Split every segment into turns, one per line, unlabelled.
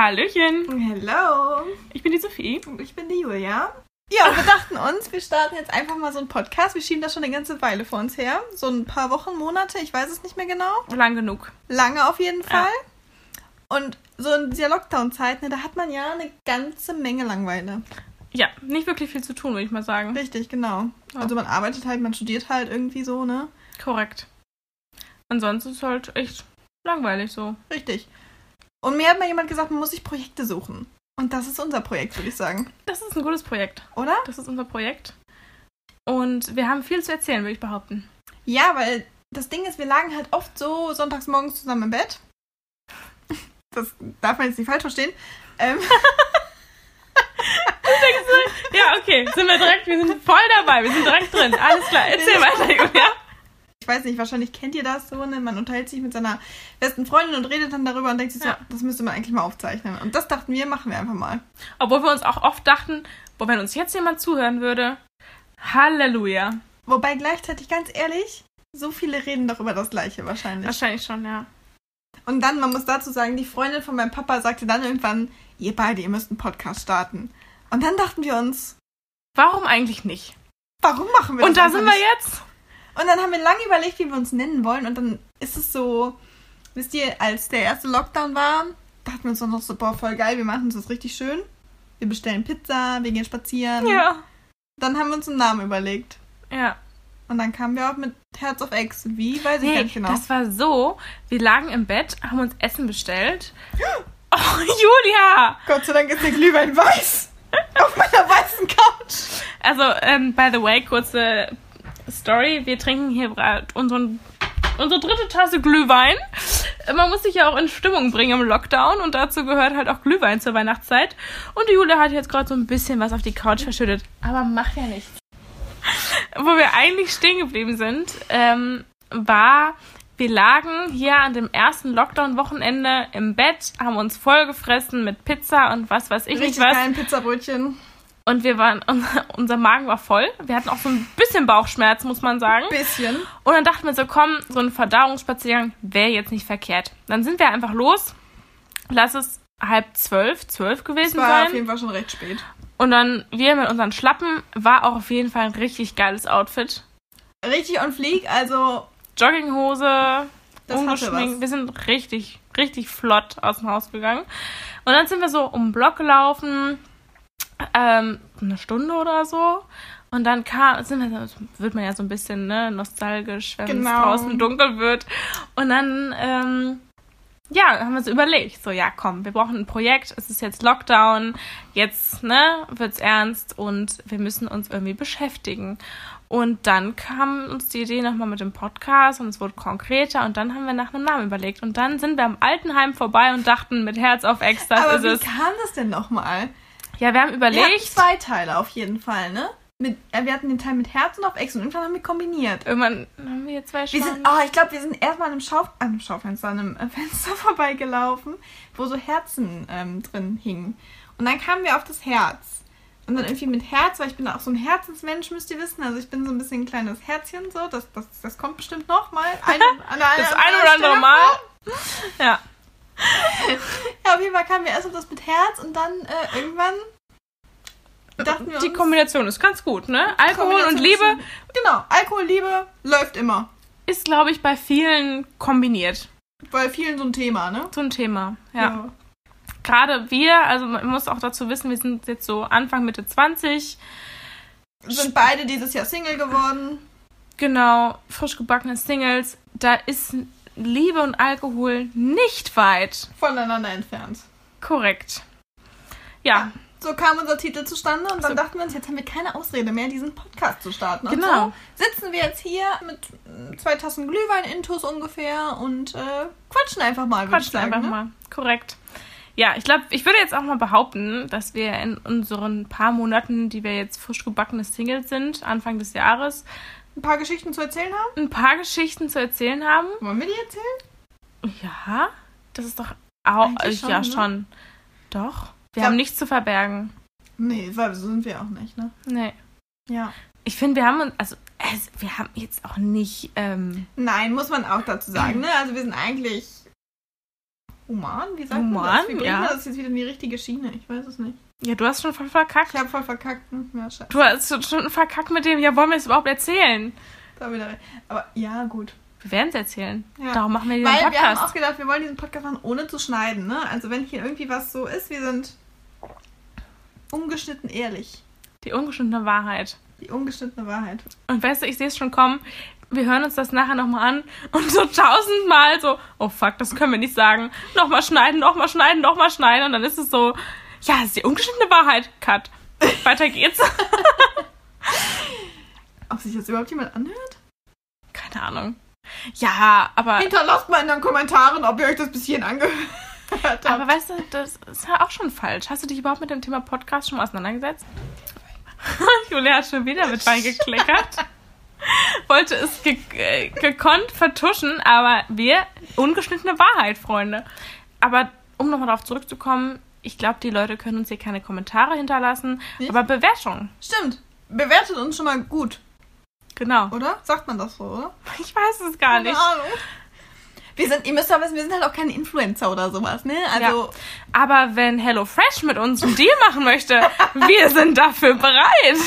Hallöchen,
Hello,
ich bin die Sophie.
ich bin die Julia. Ja, wir dachten uns, wir starten jetzt einfach mal so einen Podcast. Wir schieben das schon eine ganze Weile vor uns her. So ein paar Wochen, Monate, ich weiß es nicht mehr genau.
Lang genug.
Lange auf jeden
Ja.
Fall. Und so in dieser Lockdown-Zeit, ne, da hat man ja eine ganze Menge Langeweile.
Ja, nicht wirklich viel zu tun, würde ich mal sagen.
Richtig, genau.
Ja.
Also man arbeitet halt, man studiert halt irgendwie so, ne?
Korrekt. Ansonsten ist es halt echt langweilig so.
Richtig. Und mir hat mal jemand gesagt, man muss sich Projekte suchen. Und das ist unser Projekt, würde ich sagen.
Das ist ein gutes Projekt.
Oder?
Das ist unser Projekt. Und wir haben viel zu erzählen, würde ich behaupten.
Ja, weil das Ding ist, wir lagen halt oft so sonntags morgens zusammen im Bett. Das darf man jetzt nicht falsch verstehen. Ähm,
Denkst du? Ja, okay. Sind wir direkt, wir sind voll dabei, wir sind direkt drin. Alles klar, erzähl weiter, Julia.
ich weiß nicht, wahrscheinlich kennt ihr das so, ne? Man unterhält sich mit seiner besten Freundin und redet dann darüber und denkt sich so,
Ja.
das müsste man eigentlich mal aufzeichnen. Und das dachten wir, machen wir einfach mal.
Obwohl wir uns auch oft dachten, boah, wenn uns jetzt jemand zuhören würde, Halleluja.
Wobei gleichzeitig, ganz ehrlich, so viele reden doch über das Gleiche wahrscheinlich.
Wahrscheinlich schon, ja.
Und dann, man muss dazu sagen, die Freundin von meinem Papa sagte dann irgendwann, ihr beide, ihr müsst einen Podcast starten. Und dann dachten wir uns,
Warum eigentlich nicht?
warum machen wir
Und da
das? einfach
sind
nicht?
wir jetzt.
Und dann haben wir lange überlegt, wie wir uns nennen wollen. Und dann ist es so, wisst ihr, als der erste Lockdown war, dachten wir uns doch noch so, boah, voll geil, wir machen uns das richtig schön. Wir bestellen Pizza, wir gehen spazieren.
Ja.
Dann haben wir uns einen Namen überlegt.
Ja.
Und dann kamen wir auch mit Herz auf Ex. Wie, weiß ich gar
Nee,
nicht genau.
das war so, wir lagen im Bett, haben uns Essen bestellt. Oh, Julia!
Gott sei Dank ist der Glühwein weiß. auf meiner weißen Couch.
Also, ähm, by the way, kurze Story. Wir trinken hier gerade unseren, unsere dritte Tasse Glühwein. Man muss sich ja auch in Stimmung bringen im Lockdown und dazu gehört halt auch Glühwein zur Weihnachtszeit. Und die Julia hat jetzt gerade so ein bisschen was auf die Couch verschüttet. Aber macht ja nichts. Wo wir eigentlich stehen geblieben sind, ähm, war, wir lagen hier an dem ersten Lockdown-Wochenende im Bett, haben uns vollgefressen mit Pizza und was weiß ich
Richtig
nicht was.
geilen Pizzabrötchen.
Und wir waren, unser, unser Magen war voll. Wir hatten auch so ein bisschen Bauchschmerz, muss man sagen.
Bisschen.
Und dann dachten wir so, komm, so ein Verdauungsspaziergang wäre jetzt nicht verkehrt. Dann sind wir einfach los. Lass es halb zwölf, zwölf gewesen
War auf
sein.
jeden Fall schon recht spät.
Und dann wir mit unseren Schlappen, war auch auf jeden Fall ein richtig geiles Outfit.
Richtig on fleek, also
Jogginghose,
das hatte was.
ungeschminkt. Wir sind richtig, richtig flott aus dem Haus gegangen. Und dann sind wir so um den Block gelaufen, ähm, eine Stunde oder so. Und dann kam, sind wir, so- wird man ja so ein bisschen ne, nostalgisch, wenn es
Genau.
draußen dunkel wird. Und dann, ähm, ja, haben wir so überlegt, so, ja, komm, wir brauchen ein Projekt, es ist jetzt Lockdown, jetzt, ne, wird's ernst und wir müssen uns irgendwie beschäftigen. Und dann kam uns die Idee nochmal mit dem Podcast und es wurde konkreter und dann haben wir nach einem Namen überlegt. Und dann sind wir am Altenheim vorbei und dachten, mit Herz auf Ex, das
Aber
ist
wie
es.
kam das denn nochmal?
Ja, wir haben
Wir hatten
überlegt.
zwei Teile auf jeden Fall, ne? Mit, äh, wir hatten den Teil mit Herz und auf Ex und irgendwann haben wir kombiniert.
Irgendwann haben wir hier zwei
Wir
Schwanen.
sind, oh, ich glaube, wir sind erstmal an einem, Schauf an einem Schaufenster, an einem äh, Fenster vorbeigelaufen, wo so Herzen ähm, drin hingen. Und dann kamen wir auf das Herz. Und dann irgendwie mit Herz, weil ich bin auch so ein Herzensmensch, müsst ihr wissen. Also ich bin so ein bisschen ein kleines Herzchen, so. Das, das, das kommt bestimmt nochmal. Ein, an der einen
das
anderen
ein oder andere
Stelle
Mal.
vor.
Ja.
Ja, auf jeden Fall kamen wir erst auf das mit Herz und dann äh, irgendwann dachten wir
Äh, Die
uns,
Kombination ist ganz gut, ne? Alkohol und Liebe
Genau, Alkohol, Liebe läuft immer.
ist, glaube ich, bei vielen kombiniert.
Bei vielen so ein Thema, ne?
So ein Thema. Ja. Gerade wir, also man muss auch dazu wissen, wir sind jetzt so Anfang, Mitte 20.
Sind beide dieses Jahr Single geworden.
Genau, frisch gebackene Singles. Da ist Liebe und Alkohol nicht weit.
Voneinander entfernt.
Korrekt. Ja,
So kam unser Titel zustande und dann
So.
dachten wir uns, jetzt haben wir keine Ausrede mehr, diesen Podcast zu starten. Und
Genau.
so sitzen wir jetzt hier mit mm, zwei Tassen Glühwein intus ungefähr und äh, quatschen einfach mal. würd
quatschen
ich sagen,
einfach
ne?
mal. Korrekt. Ja, ich glaube, ich würde jetzt auch mal behaupten, dass wir in unseren paar Monaten, die wir jetzt frisch gebackene Singles sind, Anfang des Jahres,
Ein paar Geschichten zu erzählen haben.
ein paar Geschichten zu erzählen haben.
Wollen wir die erzählen?
Ja, das ist doch auch,
Eigentlich schon,
ja
ne?
schon. Doch, wir
Ja.
haben nichts zu verbergen.
Nee, weil so sind wir auch nicht, ne?
Nee.
Ja.
Ich finde, wir haben uns, also es, wir haben jetzt auch nicht, ähm,
Nein, muss man auch dazu sagen, ne? Also wir sind eigentlich Roman? Wie sagt man
Roman,
das? Wie bringt
ja.
man das jetzt wieder in die richtige Schiene? Ich weiß es nicht.
Ja, du hast schon voll verkackt.
Ich habe voll verkackt. Hm, Ja, scheiße.
Du hast schon- schon verkackt mit dem, ja, wollen wir es überhaupt erzählen?
Da hab ich wieder recht. Aber ja, gut.
Wir werden es erzählen.
Ja.
Darum machen wir diesen
Weil wir haben
Podcast.
auch gedacht, wir wollen diesen Podcast machen, ohne zu schneiden. Ne? Also wenn hier irgendwie was so ist, wir sind ungeschnitten ehrlich.
Die ungeschnittene Wahrheit.
Die ungeschnittene Wahrheit.
Und weißt du, ich sehe es schon kommen. Wir hören uns das nachher nochmal an und so tausendmal so, oh fuck, das können wir nicht sagen. Nochmal schneiden, nochmal schneiden, nochmal schneiden. Und dann ist es so, ja, das ist die ungeschnittene Wahrheit. Cut. Weiter geht's.
Ob sich jetzt überhaupt jemand anhört?
Keine Ahnung. Ja, aber,
Hinterlasst mal in den Kommentaren, ob ihr euch das bis hierhin angehört habt.
aber weißt du, das ist ja auch schon falsch. Hast du dich überhaupt mit dem Thema Podcast schon mal auseinandergesetzt? Julia hat schon wieder mit reingekleckert. Wollte es ge äh, gekonnt vertuschen, aber wir, ungeschnittene Wahrheit, Freunde. Aber um nochmal darauf zurückzukommen, ich glaube, die Leute können uns hier keine Kommentare hinterlassen,
Nicht?
aber Bewertungen.
Stimmt. Bewertet uns schon mal gut,
Genau.
oder? Sagt man das so, oder?
Ich weiß es gar nicht.
Ahnung. Wir sind, ihr müsst ja wissen, wir sind halt auch keine Influencer oder sowas, ne? Also,
Aber wenn HelloFresh mit uns einen Deal machen möchte, wir sind dafür bereit.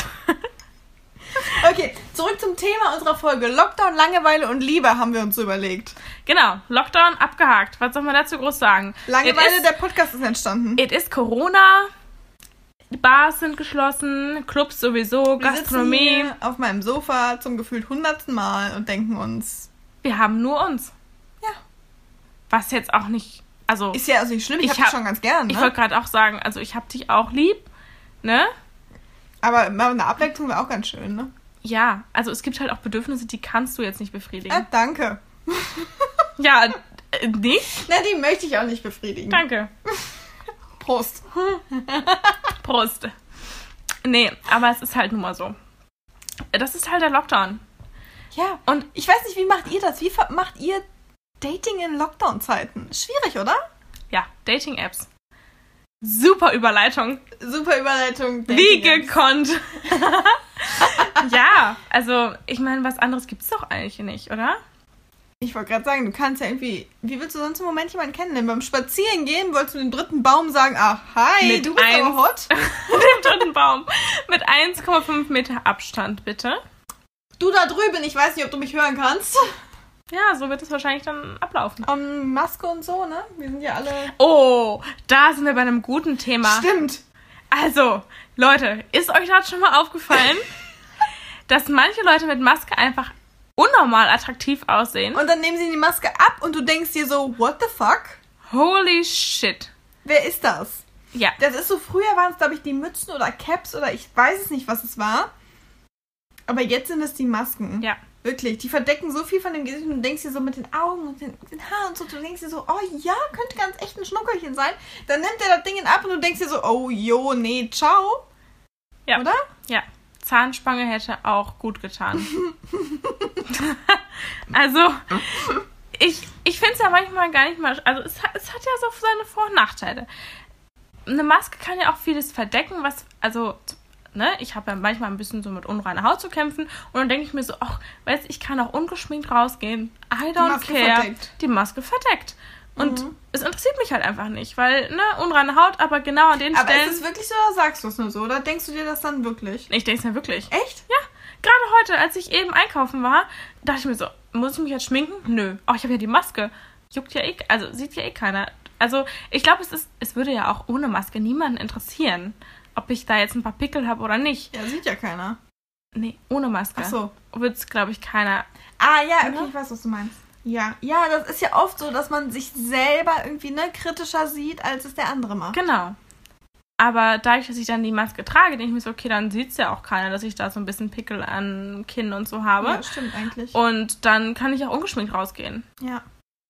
okay, zurück zum Thema unserer Folge. Lockdown, Langeweile und Liebe haben wir uns überlegt.
Genau, Lockdown abgehakt. Was soll man dazu groß sagen?
Langeweile,
it
der Podcast ist entstanden.
is, it is Corona. Die Bars sind geschlossen, Clubs sowieso,
Wir
Gastronomie.
sitzen hier auf meinem Sofa zum gefühlt hundertsten Mal und denken uns,
Wir haben nur uns.
Ja.
Was jetzt auch nicht. Also,
ist ja also nicht schlimm, ich,
Ich
hab dich
hab-
schon ganz gern,
ich
ne?
wollte gerade auch sagen, also ich hab dich auch lieb, ne?
Aber mal eine Abwechslung wäre auch ganz schön, ne?
Ja, also es gibt halt auch Bedürfnisse, die kannst du jetzt nicht
Ah,
befriedigen.
danke.
Ja, äh, nicht?
Na, die möchte ich auch nicht befriedigen.
Danke.
Prost.
Prost. Nee, aber es ist halt nun mal so. Das ist halt der Lockdown.
Ja,
Und
ich weiß nicht, wie macht ihr das? Wie ver- macht ihr Dating in Lockdown-Zeiten? Schwierig, oder?
ja, Dating-Apps. Super Überleitung.
Super Überleitung.
Wie
Dating-Apps.
gekonnt. ja, also ich meine, was anderes gibt's doch eigentlich nicht, oder?
Ich wollte gerade sagen, du kannst ja irgendwie. Wie willst du sonst im Moment jemanden kennenlernen? Beim Spazierengehen wolltest du den dritten Baum sagen, ah, hi,
Mit
du bist
eins.
aber hot.
Den dritten Baum. Mit 1,5 Meter Abstand, bitte.
Du da drüben, ich weiß nicht, ob du mich hören kannst.
Ja, so wird es wahrscheinlich dann ablaufen.
Um, Maske und so, ne? Wir sind ja alle.
Oh, da sind wir bei einem guten Thema.
Stimmt.
Also, Leute, ist euch das schon mal aufgefallen, dass manche Leute mit Maske einfach unnormal attraktiv aussehen?
Und dann nehmen sie die Maske ab und du denkst dir so, what the fuck?
Holy shit.
Wer ist das?
Ja,
Das ist so, früher waren es, glaube ich, die Mützen oder Caps oder ich weiß es nicht, was es war. Aber jetzt sind es die Masken.
ja.
Wirklich, die verdecken so viel von dem Gesicht und du denkst dir so mit den Augen und den, den Haaren und so, du denkst dir so, oh ja, könnte ganz echt ein Schnuckerchen sein. Dann nimmt er das Ding ab und du denkst dir so, oh jo, nee, ciao.
Ja.
Oder?
Ja, Zahnspange hätte auch gut getan. also, ich, ich finde es ja manchmal gar nicht mal. Also, es, hat- es hat ja so seine Vor- und Nachteile. Eine Maske kann ja auch vieles verdecken, was. Also, ne, ich habe ja manchmal ein bisschen so mit unreiner Haut zu kämpfen. Und dann denke ich mir so, ach, weißt ich kann auch ungeschminkt rausgehen. I don't
Maske
care.
verdeckt. Mhm.
Die Maske verdeckt. Und es interessiert mich halt einfach nicht, weil, ne, unreine Haut, aber genau an den
Aber
Stellen.
ist es wirklich so oder sagst du es nur so? Oder denkst du dir das dann wirklich?
ich denke es mir wirklich.
Echt?
Ja, gerade heute, als ich eben einkaufen war, dachte ich mir so, muss ich mich jetzt schminken? Nö. Oh, ich habe ja die Maske. Juckt ja eh, also sieht ja eh keiner. Also ich glaube, es ist, es würde ja auch ohne Maske niemanden interessieren, ob ich da jetzt ein paar Pickel habe oder nicht.
Ja, sieht ja keiner.
Nee, ohne Maske.
Ach so.
Wird es, glaube ich, keiner.
Ah ja, okay,
Oder?
ich weiß, was du meinst. Ja, ja, das ist ja oft so, dass man sich selber irgendwie ne, kritischer sieht, als es der andere macht.
Genau. Aber dadurch, dass ich dann die Maske trage, denke ich mir so, okay, dann sieht es ja auch keiner, dass ich da so ein bisschen Pickel an Kinn und so habe.
ja, stimmt eigentlich.
Genau. Und dann kann ich auch ungeschminkt rausgehen.
ja.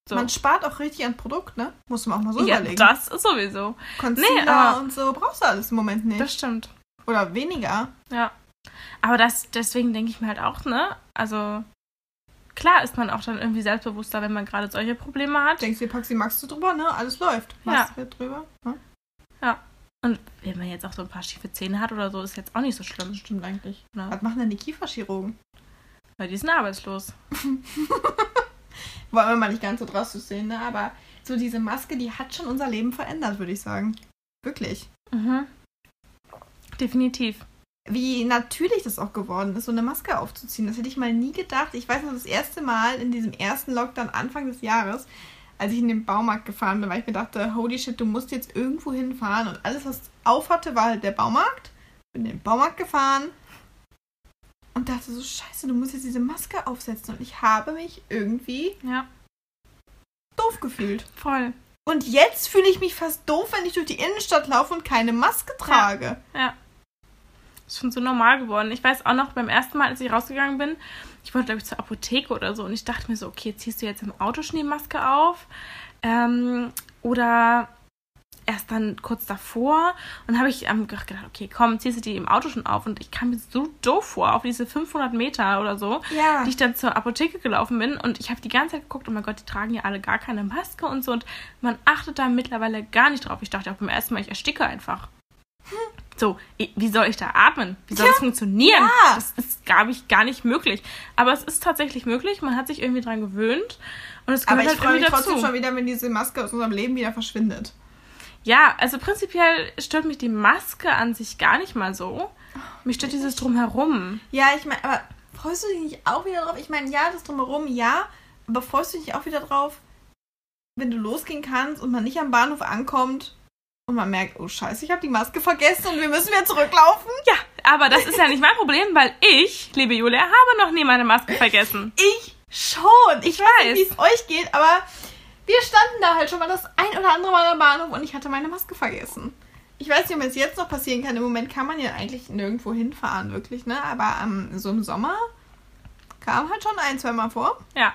So.
Man spart auch richtig an Produkt, ne? Muss man auch mal so
ja,
überlegen.
das ist sowieso.
Concealer
Nee, aber-
und so brauchst du alles im Moment nicht.
Das stimmt.
Oder weniger.
Ja. Aber das, deswegen denke ich mir halt auch, ne? Also, klar ist man auch dann irgendwie selbstbewusster, wenn man gerade solche Probleme hat.
Denkst du, Paxi, magst du drüber, ne? Alles läuft.
Ja.
Machst du drüber? Ne?
Und wenn man jetzt auch so ein paar schiefe Zähne hat oder so, ist jetzt auch nicht so schlimm.
Stimmt eigentlich.
Ne?
Was machen denn die Kieferchirurgen?
Weil die sind arbeitslos.
Wollen wir mal nicht ganz so drastisch sehen, ne? Aber so diese Maske, die hat schon unser Leben verändert, würde ich sagen. Wirklich.
Mhm. Definitiv.
Wie natürlich das auch geworden ist, so eine Maske aufzuziehen. Das hätte ich mal nie gedacht. Ich weiß noch, das erste Mal in diesem ersten Lockdown Anfang des Jahres, als ich in den Baumarkt gefahren bin, weil ich mir dachte, holy shit, du musst jetzt irgendwo hinfahren. Und alles, was auf hatte, war halt der Baumarkt. Bin in den Baumarkt gefahren und dachte so, scheiße, du musst jetzt diese Maske aufsetzen. Und ich habe mich irgendwie
Ja,
doof gefühlt.
voll.
Und jetzt fühle ich mich fast doof, wenn ich durch die Innenstadt laufe und keine Maske trage.
Ist schon so normal geworden. Ich weiß auch noch, beim ersten Mal, als ich rausgegangen bin, ich wollte, glaube ich, zur Apotheke oder so. Und ich dachte mir so, okay, ziehst du jetzt im Auto schon die Maske auf? Ähm, oder erst dann kurz davor. Und habe ich ähm, gedacht, okay, komm, ziehst du die im Auto schon auf? Und ich kam mir so doof vor, auf diese 500 Meter oder so.
Ja.
die ich dann zur Apotheke gelaufen bin und ich habe die ganze Zeit geguckt, oh mein Gott, die tragen ja alle gar keine Maske und so und man achtet da mittlerweile gar nicht drauf. Ich dachte auch beim ersten Mal, ich ersticke einfach. So, i- wie soll ich da atmen? Wie soll
Ja.
das funktionieren?
Ja.
Das ist, glaube ich, gar nicht möglich. Aber es ist tatsächlich möglich. Man hat sich irgendwie dran gewöhnt. Und es
Aber
gehört halt
ich freue mich
irgendwie
trotzdem
dazu.
schon wieder, wenn diese Maske aus unserem Leben wieder verschwindet.
Ja, also prinzipiell stört mich die Maske an sich gar nicht mal so. Mich stört dieses Drumherum.
Ja, ich meine, aber freust du dich nicht auch wieder drauf? Ich meine, ja, das drumherum, ja, aber freust du dich nicht auch wieder drauf, wenn du losgehen kannst und man nicht am Bahnhof ankommt und man merkt, oh scheiße, ich habe die Maske vergessen und wir müssen wieder zurücklaufen?
Ja, aber das ist ja nicht mein Problem, weil ich, liebe Julia, habe noch nie meine Maske vergessen.
Ich schon. Ich,
Ich
weiß nicht, wie
weiß.
es euch geht, aber wir standen da halt schon mal das ein oder andere Mal am Bahnhof und ich hatte meine Maske vergessen. Ich weiß nicht, ob es jetzt noch passieren kann. Im Moment kann man ja eigentlich nirgendwo hinfahren, wirklich, ne? Aber ähm, so im Sommer kam halt schon ein, zwei Mal vor.
Ja.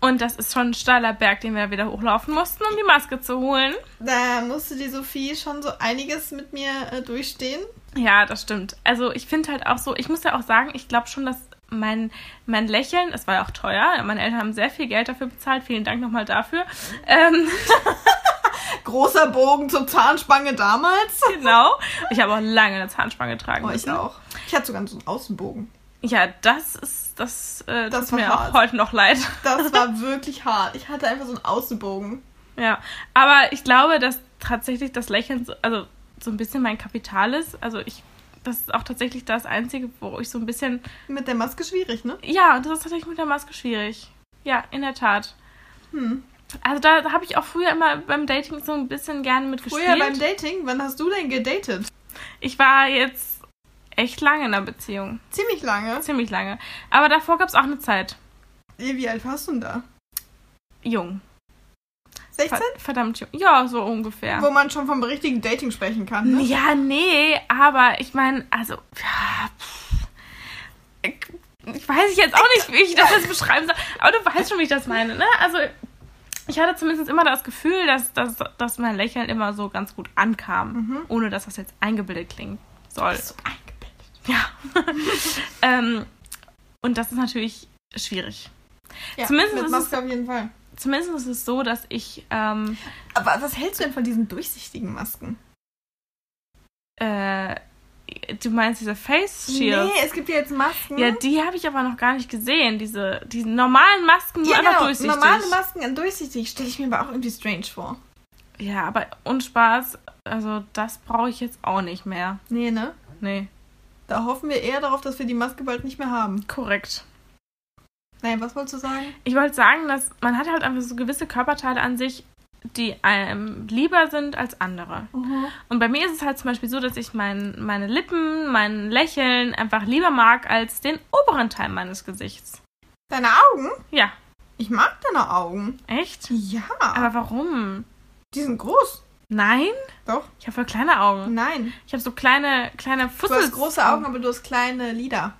Und das ist schon ein steiler Berg, den wir wieder hochlaufen mussten, um die Maske zu holen.
Da musste die Sophie schon so einiges mit mir äh, durchstehen.
Ja, das stimmt. Also ich finde halt auch so, ich muss ja auch sagen, ich glaube schon, dass mein, mein Lächeln, es war ja auch teuer, meine Eltern haben sehr viel Geld dafür bezahlt, vielen Dank nochmal dafür. Ähm,
Großer Bogen zur Zahnspange damals.
genau. Ich habe auch lange eine Zahnspange getragen
Oh, ich
müssen.
auch. Ich hatte sogar so einen Außenbogen.
Ja, das ist, das, äh,
Das
tut
war
mir
hart.
auch heute noch leid.
Das war wirklich hart. Ich hatte einfach so einen Außenbogen.
Ja, aber ich glaube, dass tatsächlich das Lächeln so, also so ein bisschen mein Kapital ist. Also ich, das ist auch tatsächlich das Einzige, wo ich so ein bisschen,
Mit der Maske schwierig, ne?
ja, und das ist tatsächlich mit der Maske schwierig. Ja, in der Tat.
Hm.
Also da, da habe ich auch früher immer beim Dating so ein bisschen gerne mit gespielt.
Früher Oh beim Dating, wann hast du denn gedatet?
ich war jetzt echt lange in einer Beziehung.
Ziemlich lange.
Ziemlich lange. Aber davor gab es auch eine Zeit.
Wie alt warst du denn da?
Jung.
16?
Ver verdammt jung. Ja, so ungefähr.
Wo man schon vom richtigen Dating sprechen kann. Ne?
Ja, nee, aber ich meine, also, ja, pff. ich, ich weiß jetzt auch nicht, wie ich das jetzt beschreiben soll, aber du weißt schon, wie ich das meine, ne? Also, ich hatte zumindest immer das Gefühl, dass, dass, dass mein Lächeln immer so ganz gut ankam, ohne dass das jetzt eingebildet klingen soll.
So eingebildet.
Ja. ähm, und das ist natürlich schwierig.
Ja,
Zumindest
mit
ist
Maske auf jeden Fall.
Zumindest ist es so, dass ich ähm,
Aber was hältst du denn von diesen durchsichtigen Masken?
äh, du meinst diese Face Shields?
Nee, es gibt ja jetzt Masken.
Ja, die habe ich aber noch gar nicht gesehen. Diese, diese normalen Masken, nur
Ja,
einfach
genau.
durchsichtig.
Normale Masken an durchsichtig stelle ich mir aber auch irgendwie strange vor.
ja, aber und Spaß, also das brauche ich jetzt auch nicht mehr.
Nee, ne?
Nee,
Da hoffen wir eher darauf, dass wir die Maske bald nicht mehr haben.
korrekt.
Nein, was wolltest du sagen?
Ich wollte sagen, dass man hat halt einfach so gewisse Körperteile an sich, die einem lieber sind als andere.
Mhm.
Und bei mir ist es halt zum Beispiel so, dass ich mein, meine Lippen, mein Lächeln einfach lieber mag als den oberen Teil meines Gesichts.
Deine Augen?
Ja,
Ich mag deine Augen.
echt?
Ja.
Aber warum?
die sind groß.
Nein?
Doch.
Ich habe voll kleine Augen.
Nein.
Ich habe so kleine, kleine
Du
Fussel.
hast große Augen, aber du hast kleine Lider.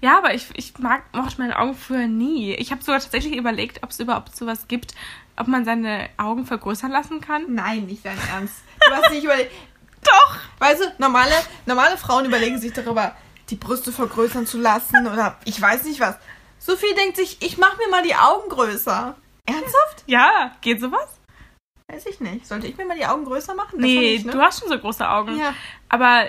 Ja, aber ich, ich mag, mochte meine Augen früher nie. Ich habe sogar tatsächlich überlegt, ob es überhaupt sowas gibt, ob man seine Augen vergrößern lassen kann.
Nein, nicht dein Ernst. Du hast nicht überlegt.
Doch!
Weißt du, normale, normale Frauen überlegen sich darüber, die Brüste vergrößern zu lassen oder ich weiß nicht was. Sophie denkt sich, ich mach mir mal die Augen größer. Ernsthaft?
Ja, geht sowas?
Weiß ich nicht. Sollte ich mir mal die Augen größer machen? Davon
Nee,
nicht, ne?
du hast schon so große Augen.
Ja.
Aber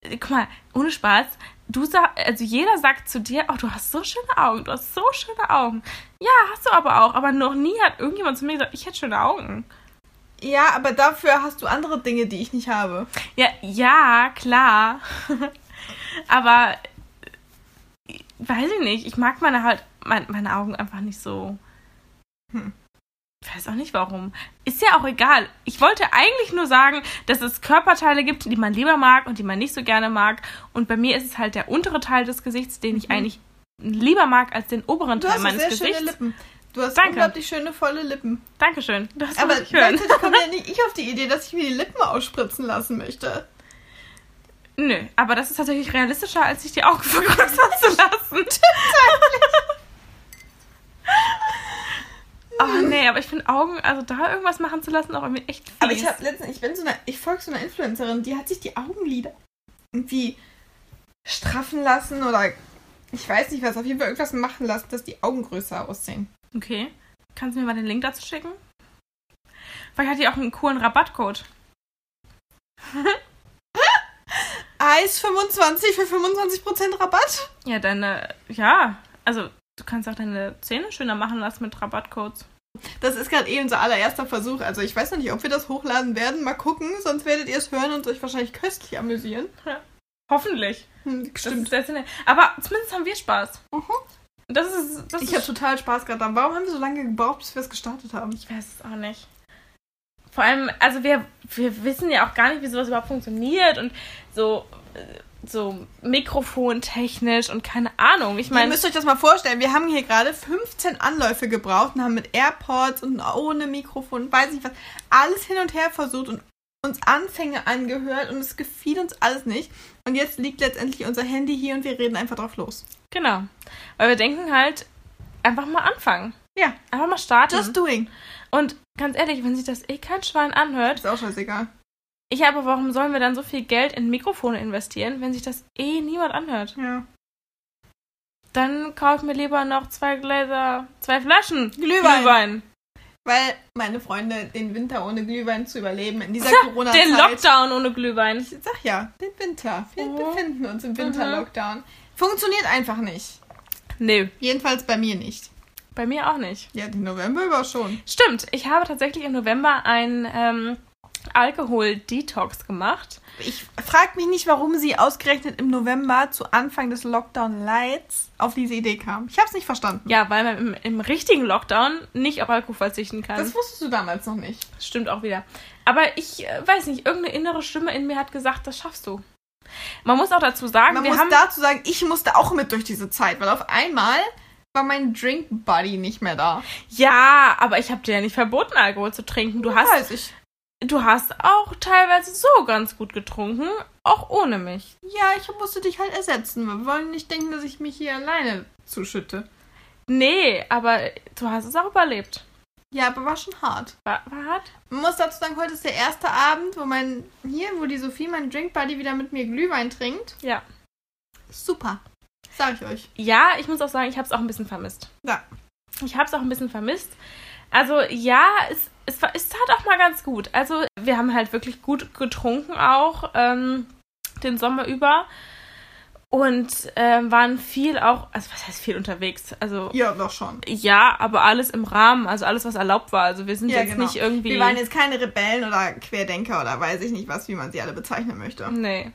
äh, guck mal, ohne Spaß, du sag, also jeder sagt zu dir, oh, du hast so schöne Augen, du hast so schöne Augen. Ja, hast du aber auch, aber noch nie hat irgendjemand zu mir gesagt, ich hätte schöne Augen.
Ja, aber dafür hast du andere Dinge, die ich nicht habe.
Ja, ja, klar. aber äh, weiß ich nicht, ich mag meine halt mein, meine Augen einfach nicht so.
Hm.
Ich weiß auch nicht warum. Ist ja auch egal. Ich wollte eigentlich nur sagen, dass es Körperteile gibt, die man lieber mag und die man nicht so gerne mag. Und bei mir ist es halt der untere Teil des Gesichts, den ich eigentlich lieber mag als den oberen
Mhm. Du
Teil
hast
meines
sehr
Gesichts.
schöne Lippen. Du hast
Danke.
unglaublich schöne, volle Lippen.
Dankeschön. Das
Aber
muss ich hören.
gleichzeitig komme ja nicht ich auf die Idee, dass ich mir die Lippen ausspritzen lassen möchte.
Nö, aber das ist tatsächlich realistischer, als sich die Augen vergrößern zu lassen. oh nee, aber ich finde Augen, also da irgendwas machen zu lassen, auch irgendwie echt fies.
Aber ich habe letztens, ich bin so einer, ich folge so einer Influencerin, die hat sich die Augenlider irgendwie straffen lassen oder ich weiß nicht was, auf jeden Fall irgendwas machen lassen, dass die Augen größer aussehen.
Okay. Kannst du mir mal den Link dazu schicken? Vielleicht hat die auch einen coolen Rabattcode.
Eis 25 für 25% Rabatt?
Ja, deine. Ja, also du kannst auch deine Zähne schöner machen lassen mit Rabattcodes.
Das ist gerade eh unser allererster Versuch. Also ich weiß noch nicht, ob wir das hochladen werden. Mal gucken, sonst werdet ihr es hören und euch wahrscheinlich köstlich amüsieren.
Hoffentlich.
Hm,
Das ist der Sinn. Aber zumindest haben wir Spaß.
Mhm.
Das ist. Das
Ich habe
ist,
total Spaß gerade dran. Warum haben wir so lange gebraucht, bis wir es gestartet haben?
ich weiß es auch nicht. Vor allem, also wir, wir wissen ja auch gar nicht, wie sowas überhaupt funktioniert und so, äh, so mikrofontechnisch und keine Ahnung. Ich
Ihr
meine,
müsst euch das mal vorstellen, wir haben hier gerade 15 Anläufe gebraucht und haben mit AirPods und ohne Mikrofon, weiß nicht was, alles hin und her versucht und uns Anfänge angehört und es gefiel uns alles nicht. Und jetzt liegt letztendlich unser Handy hier und wir reden einfach drauf los.
genau. Weil wir denken halt, einfach mal anfangen.
Ja,
Einfach mal starten.
just doing.
Und ganz ehrlich, wenn sich das eh kein Schwein anhört,
Ist auch scheißegal.
ich aber warum sollen wir dann so viel Geld in Mikrofone investieren, wenn sich das eh niemand anhört?
Ja.
Dann kaufe ich mir lieber noch zwei Gläser, zwei Flaschen
Glühwein.
Glühwein.
Weil, meine Freunde, den Winter ohne Glühwein zu überleben in dieser Corona-Zeit.
Den Lockdown ohne Glühwein.
Ich sag ja, den Winter. Wir
Oh.
befinden uns im Winter-Lockdown. Funktioniert einfach nicht.
Nö,
Jedenfalls bei mir nicht.
bei mir auch nicht.
Ja, den November über schon.
Stimmt, ich habe tatsächlich im November ein ähm, Alkohol-Detox gemacht.
Ich frage mich nicht, warum sie ausgerechnet im November zu Anfang des Lockdown Lights auf diese Idee kam. Ich habe es nicht verstanden.
Ja, weil man im, im richtigen Lockdown nicht auf Alkohol verzichten kann.
Das wusstest du damals noch nicht.
Stimmt auch wieder. Aber ich äh, weiß nicht, irgendeine innere Stimme in mir hat gesagt, das schaffst du. Man muss auch dazu sagen,
Man
wir
muss
haben.
dazu sagen, ich musste auch mit durch diese Zeit, weil auf einmal war mein Drink Buddy nicht mehr da.
Ja, aber ich habe dir ja nicht verboten, Alkohol zu trinken. Du hast,
Weiß ich.
du hast auch teilweise so ganz gut getrunken, auch ohne mich.
Ja, ich musste dich halt ersetzen. Wir wollen nicht denken, dass ich mich hier alleine zuschütte.
Nee, aber du hast es auch überlebt.
Ja, aber war schon hart.
War, war hart?
Man muss dazu sagen, heute ist der erste Abend, wo mein hier, wo die Sophie, mein Drink Buddy, wieder mit mir Glühwein trinkt.
Ja.
Super. Sag ich euch.
Ja, ich muss auch sagen, ich habe es auch ein bisschen vermisst.
Ja.
Ich habe es auch ein bisschen vermisst. Also ja, es, es, war, es tat auch mal ganz gut. Also wir haben halt wirklich gut getrunken auch ähm, den Sommer über und ähm, waren viel auch, also was heißt viel unterwegs? Also
Ja, doch schon.
ja, aber alles im Rahmen, also alles, was erlaubt war. Also wir sind
Ja,
jetzt
genau.
nicht irgendwie...
Wir waren jetzt keine Rebellen oder Querdenker oder weiß ich nicht was, wie man sie alle bezeichnen möchte.
Nee.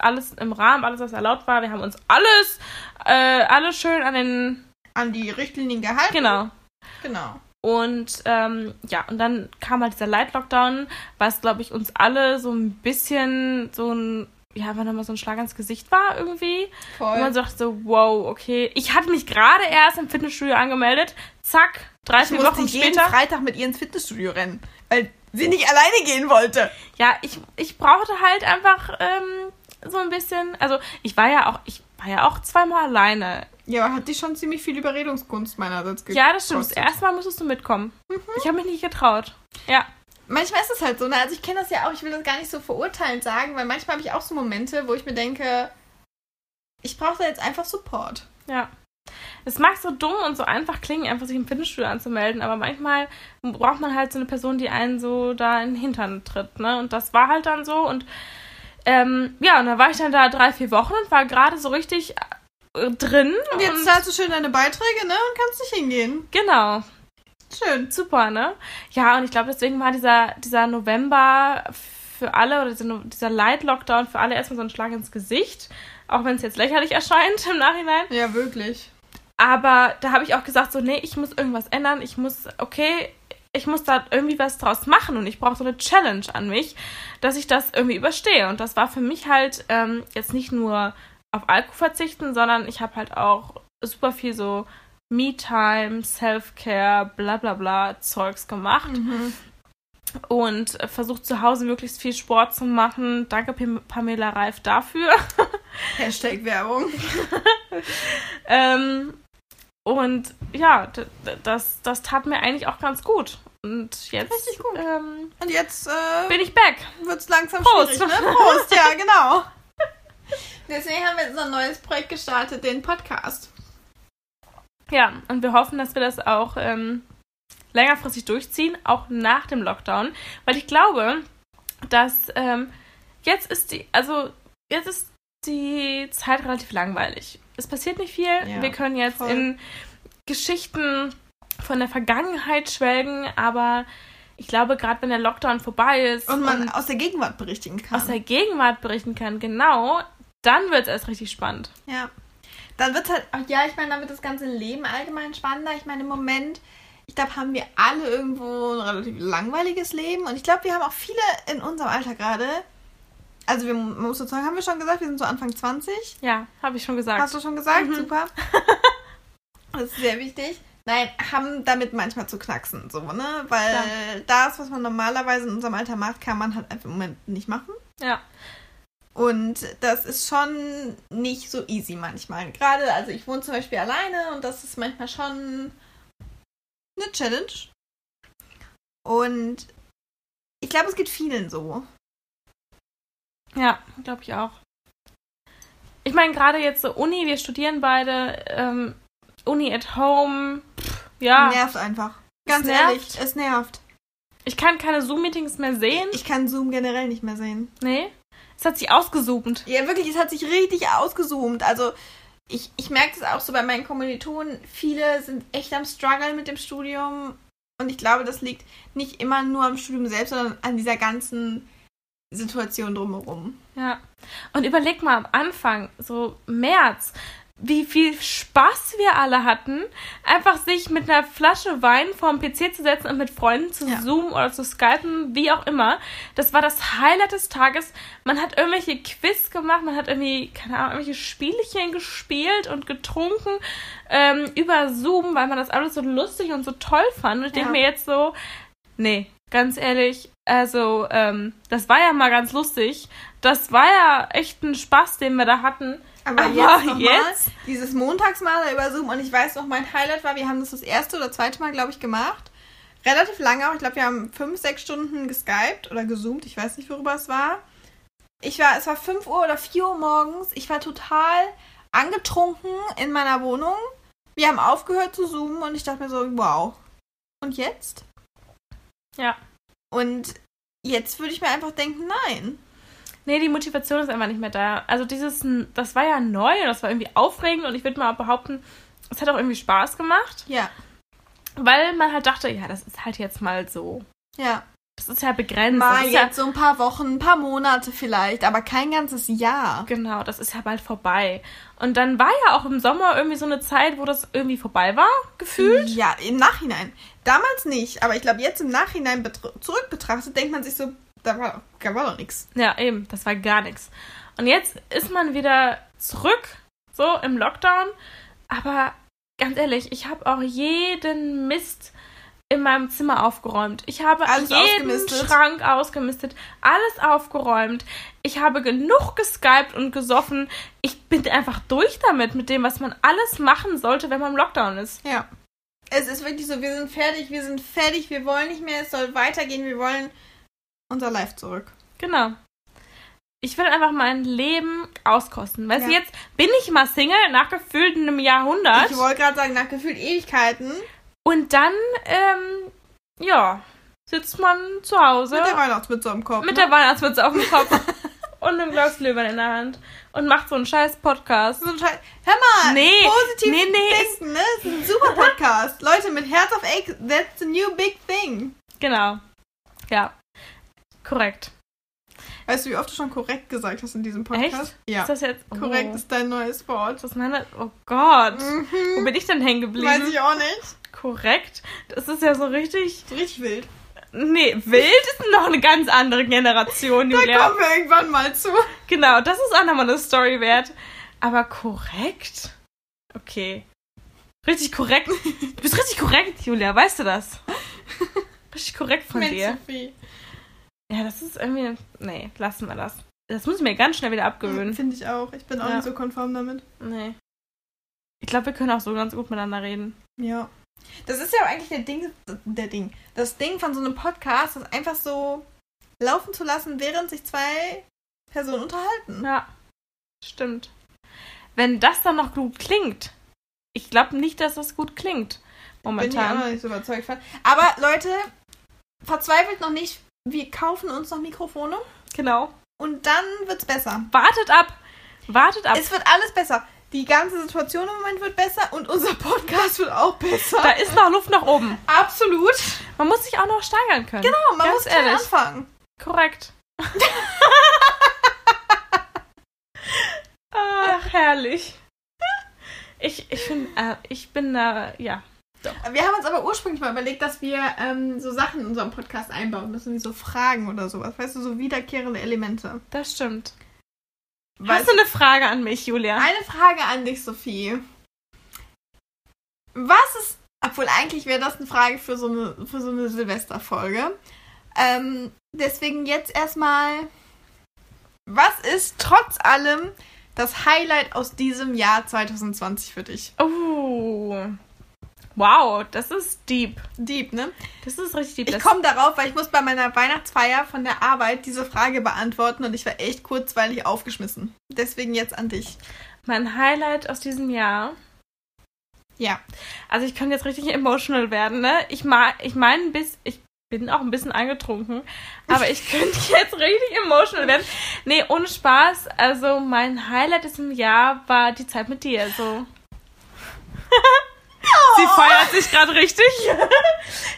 Alles im Rahmen, alles, was erlaubt war. Wir haben uns alles, äh, alles schön an den...
An die Richtlinien gehalten.
Genau.
Genau.
Und ähm, ja, und dann kam halt dieser Light Lockdown, was, glaube ich, uns alle so ein bisschen so ein, ja, einfach nochmal so ein Schlag ins Gesicht war irgendwie. Und man
Voll.
sagt so, wow, okay. Ich hatte mich gerade erst im Fitnessstudio angemeldet. Zack, drei,
Ich
vier
musste
Wochen
jeden
später.
Freitag mit ihr ins Fitnessstudio rennen, weil sie nicht alleine gehen wollte.
Ja, ich, ich brauchte halt einfach ähm, so ein bisschen, also ich war ja auch, ich war ja auch zweimal alleine.
Ja, aber hat die schon ziemlich viel Überredungskunst meinerseits gekostet.
Ja, das stimmt. Das erste Mal musstest du mitkommen.
Mhm.
Ich habe mich nicht getraut. Ja.
Manchmal ist es halt so, ne? Also ich kenne das ja auch, ich will das gar nicht so verurteilend sagen, weil manchmal habe ich auch so Momente, wo ich mir denke, ich brauche da jetzt einfach Support.
Ja. Es mag so dumm und so einfach klingen, einfach sich im Fitnessstudio anzumelden, aber manchmal braucht man halt so eine Person, die einen so da in den Hintern tritt, ne? Und das war halt dann so und Ähm, ja, und da war ich dann da drei, vier Wochen und war gerade so richtig äh, drin.
Und jetzt zahlst du schön deine Beiträge, ne? Und kannst nicht hingehen.
genau.
Schön.
Super, ne? Ja, und ich glaube, deswegen war dieser, dieser November für alle oder dieser, No- dieser Light-Lockdown für alle erstmal so ein Schlag ins Gesicht. Auch wenn es jetzt lächerlich erscheint im Nachhinein.
Ja, wirklich.
Aber da habe ich auch gesagt, so, nee, ich muss irgendwas ändern. Ich muss, okay, ich muss da irgendwie was draus machen und ich brauche so eine Challenge an mich, dass ich das irgendwie überstehe. Und das war für mich halt ähm, jetzt nicht nur auf Alkohol verzichten, sondern ich habe halt auch super viel so Me-Time, Self-Care, bla bla bla Zeugs gemacht
Mhm.
und äh, versucht zu Hause möglichst viel Sport zu machen. Danke Pam- Pamela Reif dafür.
Hashtag Werbung.
Ähm, und ja, d- d- das, das tat mir eigentlich auch ganz gut. Und jetzt
Richtig gut.
Ähm,
Und jetzt äh,
bin ich back.
wird's langsam
Prost.
schwierig, ne? Prost, ja, genau. Deswegen haben wir jetzt so ein neues Projekt gestartet, den Podcast.
Ja, und wir hoffen, dass wir das auch ähm, längerfristig durchziehen, auch nach dem Lockdown. Weil ich glaube, dass ähm, jetzt ist die, also jetzt ist die Zeit relativ langweilig. Es passiert nicht viel.
Ja,
wir können jetzt
voll.
in Geschichten von der Vergangenheit schwelgen, aber ich glaube, gerade wenn der Lockdown vorbei ist
Und man aus der Gegenwart berichtigen kann.
aus der Gegenwart berichten kann, genau, dann wird es erst richtig spannend.
Ja. Dann wird's halt, ach ja, ich meine, dann wird das ganze Leben allgemein spannender. Ich meine, im Moment, ich glaube, haben wir alle irgendwo ein relativ langweiliges Leben. Und ich glaube, wir haben auch viele in unserem Alter gerade. Also, wir, man muss dazu sagen, haben wir schon gesagt, wir sind so Anfang 20.
Ja, habe ich schon gesagt.
Hast du schon gesagt?
Mhm.
Super. das ist sehr wichtig. Nein, haben damit manchmal zu knacksen, so, ne? Weil das, was man normalerweise in unserem Alter macht, kann man halt einfach im Moment nicht machen.
Ja.
Und das ist schon nicht so easy manchmal. Gerade, also ich wohne zum Beispiel alleine und das ist manchmal schon eine Challenge. Und ich glaube, es geht vielen so.
Ja, glaube ich auch. Ich meine, gerade jetzt so Uni, wir studieren beide, ähm, Uni at home, pff, ja.
Nervt einfach. Ganz
nervt.
ehrlich, es nervt.
Ich kann keine Zoom-Meetings mehr sehen.
Ich kann Zoom generell nicht mehr sehen.
Nee. Es hat sich ausgezoomt.
Ja, wirklich, es hat sich richtig ausgezoomt. Also ich, ich merke es auch so bei meinen Kommilitonen. Viele sind echt am Struggle mit dem Studium. Und ich glaube, das liegt nicht immer nur am Studium selbst, sondern an dieser ganzen Situation drumherum.
Ja. Und überleg mal am Anfang, so März, wie viel Spaß wir alle hatten, einfach sich mit einer Flasche Wein vorm PC zu setzen und mit Freunden zu
Ja.
zoomen oder zu skypen, wie auch immer. Das war das Highlight des Tages. Man hat irgendwelche Quiz gemacht, man hat irgendwie, keine Ahnung, irgendwelche Spielchen gespielt und getrunken ähm, über Zoom, weil man das alles so lustig und so toll fand. Und ich
Ja.
denke mir jetzt so, nee, ganz ehrlich, also ähm, das war ja mal ganz lustig. Das war ja echt ein Spaß, den wir da hatten.
Aber,
Aber
jetzt, noch
jetzt?
Mal, dieses Montagsmaler über Zoom und ich weiß noch, mein Highlight war, wir haben das das erste oder zweite Mal, glaube ich, gemacht. Relativ lange auch. Ich glaube, wir haben fünf, sechs Stunden geskypt oder gezoomt. Ich weiß nicht, worüber es war. Ich war, es war 5 Uhr oder 4 Uhr morgens. Ich war total angetrunken in meiner Wohnung. Wir haben aufgehört zu zoomen und ich dachte mir so, wow. Und jetzt?
Ja.
Und jetzt würde ich mir einfach denken, nein.
Nee, die Motivation ist einfach nicht mehr da. Also dieses, das war ja neu und das war irgendwie aufregend und ich würde mal behaupten, es hat auch irgendwie Spaß gemacht,
Ja,
weil man halt dachte, ja, das ist halt jetzt mal so.
ja.
Das ist ja begrenzt.
Mal
das ist ja,
jetzt so ein paar Wochen, ein paar Monate vielleicht, aber kein ganzes Jahr.
Genau, das ist ja bald vorbei. Und dann war ja auch im Sommer irgendwie so eine Zeit, wo das irgendwie vorbei war, gefühlt.
Ja, im Nachhinein. Damals nicht, aber ich glaube, jetzt im Nachhinein betr- zurück betrachtet, denkt man sich so, da war, da war doch nichts.
Ja, eben, das war gar nichts. Und jetzt ist man wieder zurück, so im Lockdown. Aber ganz ehrlich, ich habe auch jeden Mist in meinem Zimmer aufgeräumt. Ich habe
Alles
jeden
ausgemistet.
Schrank ausgemistet, alles aufgeräumt. Ich habe genug geskypt und gesoffen. Ich bin einfach durch damit, mit dem, was man alles machen sollte, wenn man im Lockdown ist.
Ja. Es ist wirklich so, wir sind fertig, wir sind fertig, wir wollen nicht mehr, es soll weitergehen, wir wollen unser Live zurück.
Genau. Ich will einfach mein Leben auskosten. Weißt du,
Ja.
jetzt bin ich mal Single nach gefühlt einem Jahrhundert.
Ich wollte gerade sagen, nach gefühlt Ewigkeiten
Und dann, ähm, ja, sitzt man zu Hause
mit der Weihnachtsmütze im Kopf.
mit der Weihnachtsmütze auf dem Kopf und einem Glas Glühwein in der Hand und macht so einen scheiß Podcast.
So ein Scheiß. Hör mal!
Nee,
Positiv
nee, nee,
denken, ne? Das ist ein super Podcast. Leute, mit Herz auf Eck, that's the new big thing.
Genau. Ja. Korrekt.
Weißt du, wie oft du schon korrekt gesagt hast in diesem
Echt?
Podcast? Ja.
Ist das jetzt oh.
korrekt ist dein neues Wort.
Das ist meine. Oh Gott. Wo
Mhm.
bin ich denn hängen geblieben?
Weiß ich auch nicht.
Korrekt. Das ist ja so richtig.
Richtig wild.
Nee, wild ist noch eine ganz andere Generation,
Da
Julia.
kommen wir irgendwann mal zu.
Genau, das ist auch nochmal eine Story wert. Aber korrekt? Okay. Richtig korrekt. Du bist richtig korrekt, Julia, weißt du das? Richtig korrekt von
Mit
dir.
Sophie.
Ja, das ist irgendwie. Nee, lassen wir das. Das muss ich mir ganz schnell wieder abgewöhnen.
Hm, Finde ich auch. Ich bin auch
Ja.
nicht so konform damit.
Nee. Ich glaube, wir können auch so ganz gut miteinander reden.
Ja. Das ist ja auch eigentlich der Ding, der Ding. Das Ding von so einem Podcast, das einfach so laufen zu lassen, während sich zwei Personen unterhalten.
Ja. Stimmt. Wenn das dann noch gut klingt. Ich glaube nicht, dass das gut klingt.
Bin ich auch
Momentan.
noch nicht so überzeugt von. Aber Leute, verzweifelt noch nicht. Wir kaufen uns noch Mikrofone
Genau.
und dann wird's besser.
Wartet ab. Wartet ab.
Es wird alles besser. Die ganze Situation im Moment wird besser und unser Podcast wird auch besser.
da ist noch Luft nach oben.
Absolut.
Man muss sich auch noch steigern können.
Genau, man
Ganz
muss klein
ehrlich.
anfangen.
Korrekt. Ach, herrlich. Ich, ich, find, äh, ich bin da, ja.
Wir haben uns aber ursprünglich mal überlegt, dass wir ähm, so Sachen in unserem Podcast einbauen müssen, wie so Fragen oder sowas. Weißt du, so wiederkehrende Elemente.
Das stimmt. Hast
Weißt
du eine Frage an mich, Julia?
eine Frage an dich, Sophie. Was ist. Obwohl, eigentlich wäre das eine Frage für so eine, für so eine Silvesterfolge. Ähm, deswegen jetzt erstmal. Was ist trotz allem das Highlight aus diesem Jahr 2020 für dich?
Oh. Wow, das ist deep.
Deep, ne?
Das ist richtig deep.
Ich
Das-
komme darauf, weil ich muss bei meiner Weihnachtsfeier von der Arbeit diese Frage beantworten und ich war echt kurzweilig aufgeschmissen. Deswegen jetzt an dich.
mein Highlight aus diesem Jahr.
Ja.
Also ich kann jetzt richtig emotional werden, ne? Ich meine, ich mein, bis ich bin auch ein bisschen angetrunken, aber ich könnte jetzt richtig emotional werden. Nee, ohne Spaß. Also mein Highlight diesem Jahr war die Zeit mit dir. So. Sie feiert sich gerade richtig.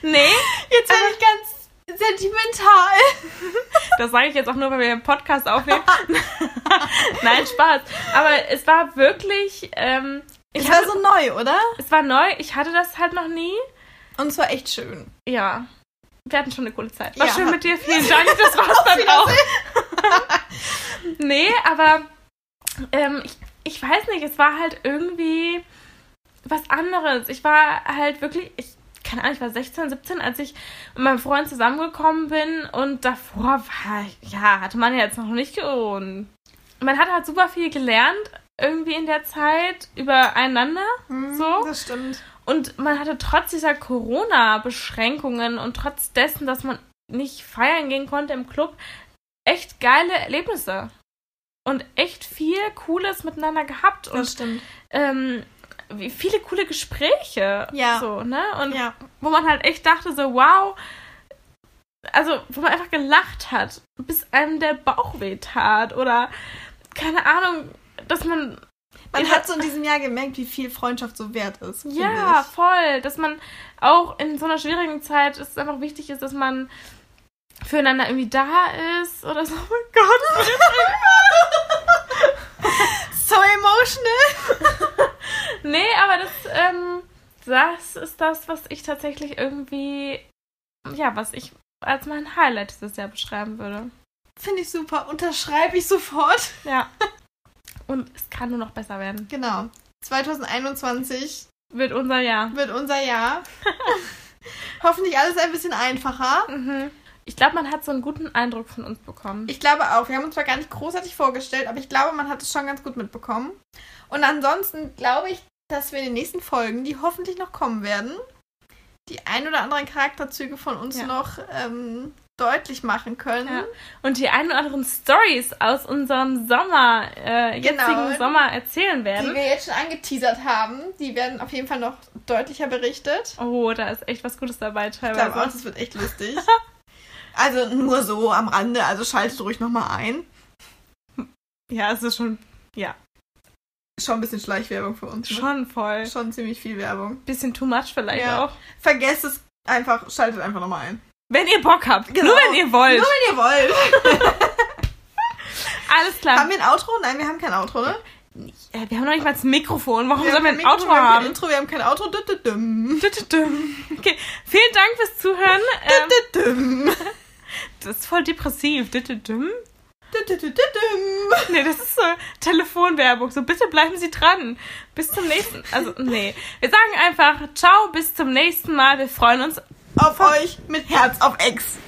nee, also
Jetzt bin ich ganz sentimental.
das sage ich jetzt auch nur, weil wir den Podcast aufnehmen. Nein, Spaß. Aber es war wirklich, ähm,
Ich war so neu, oder?
es war neu. Ich hatte das halt noch nie.
Und es war echt schön.
Ja. Wir hatten schon eine coole Zeit. War
Ja.
schön mit dir. Vielen Dank. Das war's dann auch. nee, aber ähm, ich, ich weiß nicht. Es war halt irgendwie was anderes. Ich war halt wirklich. Ich, keine Ahnung, ich war 16, 17, als ich mit meinem Freund zusammengekommen bin und davor war ich, ja, hatte man ja jetzt noch nicht gewohnt. Man hat halt super viel gelernt, irgendwie in der Zeit, übereinander. So?
Mhm, Das stimmt.
Und man hatte trotz dieser Corona-Beschränkungen und trotz dessen, dass man nicht feiern gehen konnte im Club, echt geile Erlebnisse. Und echt viel Cooles miteinander gehabt.
Das
Und
stimmt.
ähm, wie- viele coole Gespräche.
Ja.
So, ne? Und
Ja.
wo man halt echt dachte, so, wow. Also, wo man einfach gelacht hat, bis einem der Bauch weh tat. Oder, keine Ahnung, dass man
Man
Ja.
hat so in diesem Jahr gemerkt, wie viel Freundschaft so wert ist. finde
Ja,
ich.
voll. Dass man auch in so einer schwierigen Zeit es einfach wichtig ist, dass man füreinander irgendwie da ist oder so. Oh mein Gott.
So emotional.
nee, aber das, ähm, das ist das, was ich tatsächlich irgendwie, ja, was ich als mein Highlight dieses Jahr beschreiben würde.
Finde ich super. Unterschreibe ich sofort.
Ja. Und es kann nur noch besser werden.
Genau. 2021
Wird unser Jahr.
wird unser Jahr. Hoffentlich alles ein bisschen einfacher.
Mhm. Ich glaube, man hat so einen guten Eindruck von uns bekommen.
Ich glaube auch. Wir haben uns zwar gar nicht großartig vorgestellt, aber ich glaube, man hat es schon ganz gut mitbekommen. Und ansonsten glaube ich, dass wir in den nächsten Folgen, die hoffentlich noch kommen werden, die ein oder anderen Charakterzüge von uns
Ja.
noch ähm, deutlich machen können.
Ja. Und die ein oder anderen Stories aus unserem Sommer, äh, jetzigen
Genau.
Sommer erzählen
Die
werden.
wir jetzt schon angeteasert haben. Die werden auf jeden Fall noch deutlicher berichtet.
Oh, da ist echt was Gutes dabei
Ich glaube auch,
teilweise.
das wird echt lustig. Also nur so am Rande, also schaltet ruhig nochmal ein.
Ja, es ist schon, ja,
Schon ein bisschen Schleichwerbung für uns. Ne?
schon voll.
Schon ziemlich viel Werbung.
Bisschen too much vielleicht
Ja.
auch.
Vergesst es einfach, schaltet einfach nochmal ein.
Wenn ihr Bock habt.
Genau.
Nur wenn ihr wollt.
Nur wenn ihr wollt.
Alles klar.
haben wir ein Outro? Nein, wir haben kein Outro, ne?
Ja, wir haben noch nicht mal das Mikrofon. Warum
Wir
sollen wir
haben
ein
kein Mikro,
Auto
wir haben kein
haben?
Intro, wir haben kein Outro. Dü -dü -düm.
Dü, dü, dü. Okay. Vielen Dank fürs Zuhören. Ähm,
Dü -dü -düm.
das ist voll depressiv. Dü, dü, dü.
Dü -dü -dü -dü -düm.
Nee, das ist so Telefonwerbung. So, bitte bleiben Sie dran. Bis zum nächsten. Also, nee. Wir sagen einfach Ciao, bis zum nächsten Mal. Wir freuen uns
Auf euch mit Herz auf Ex.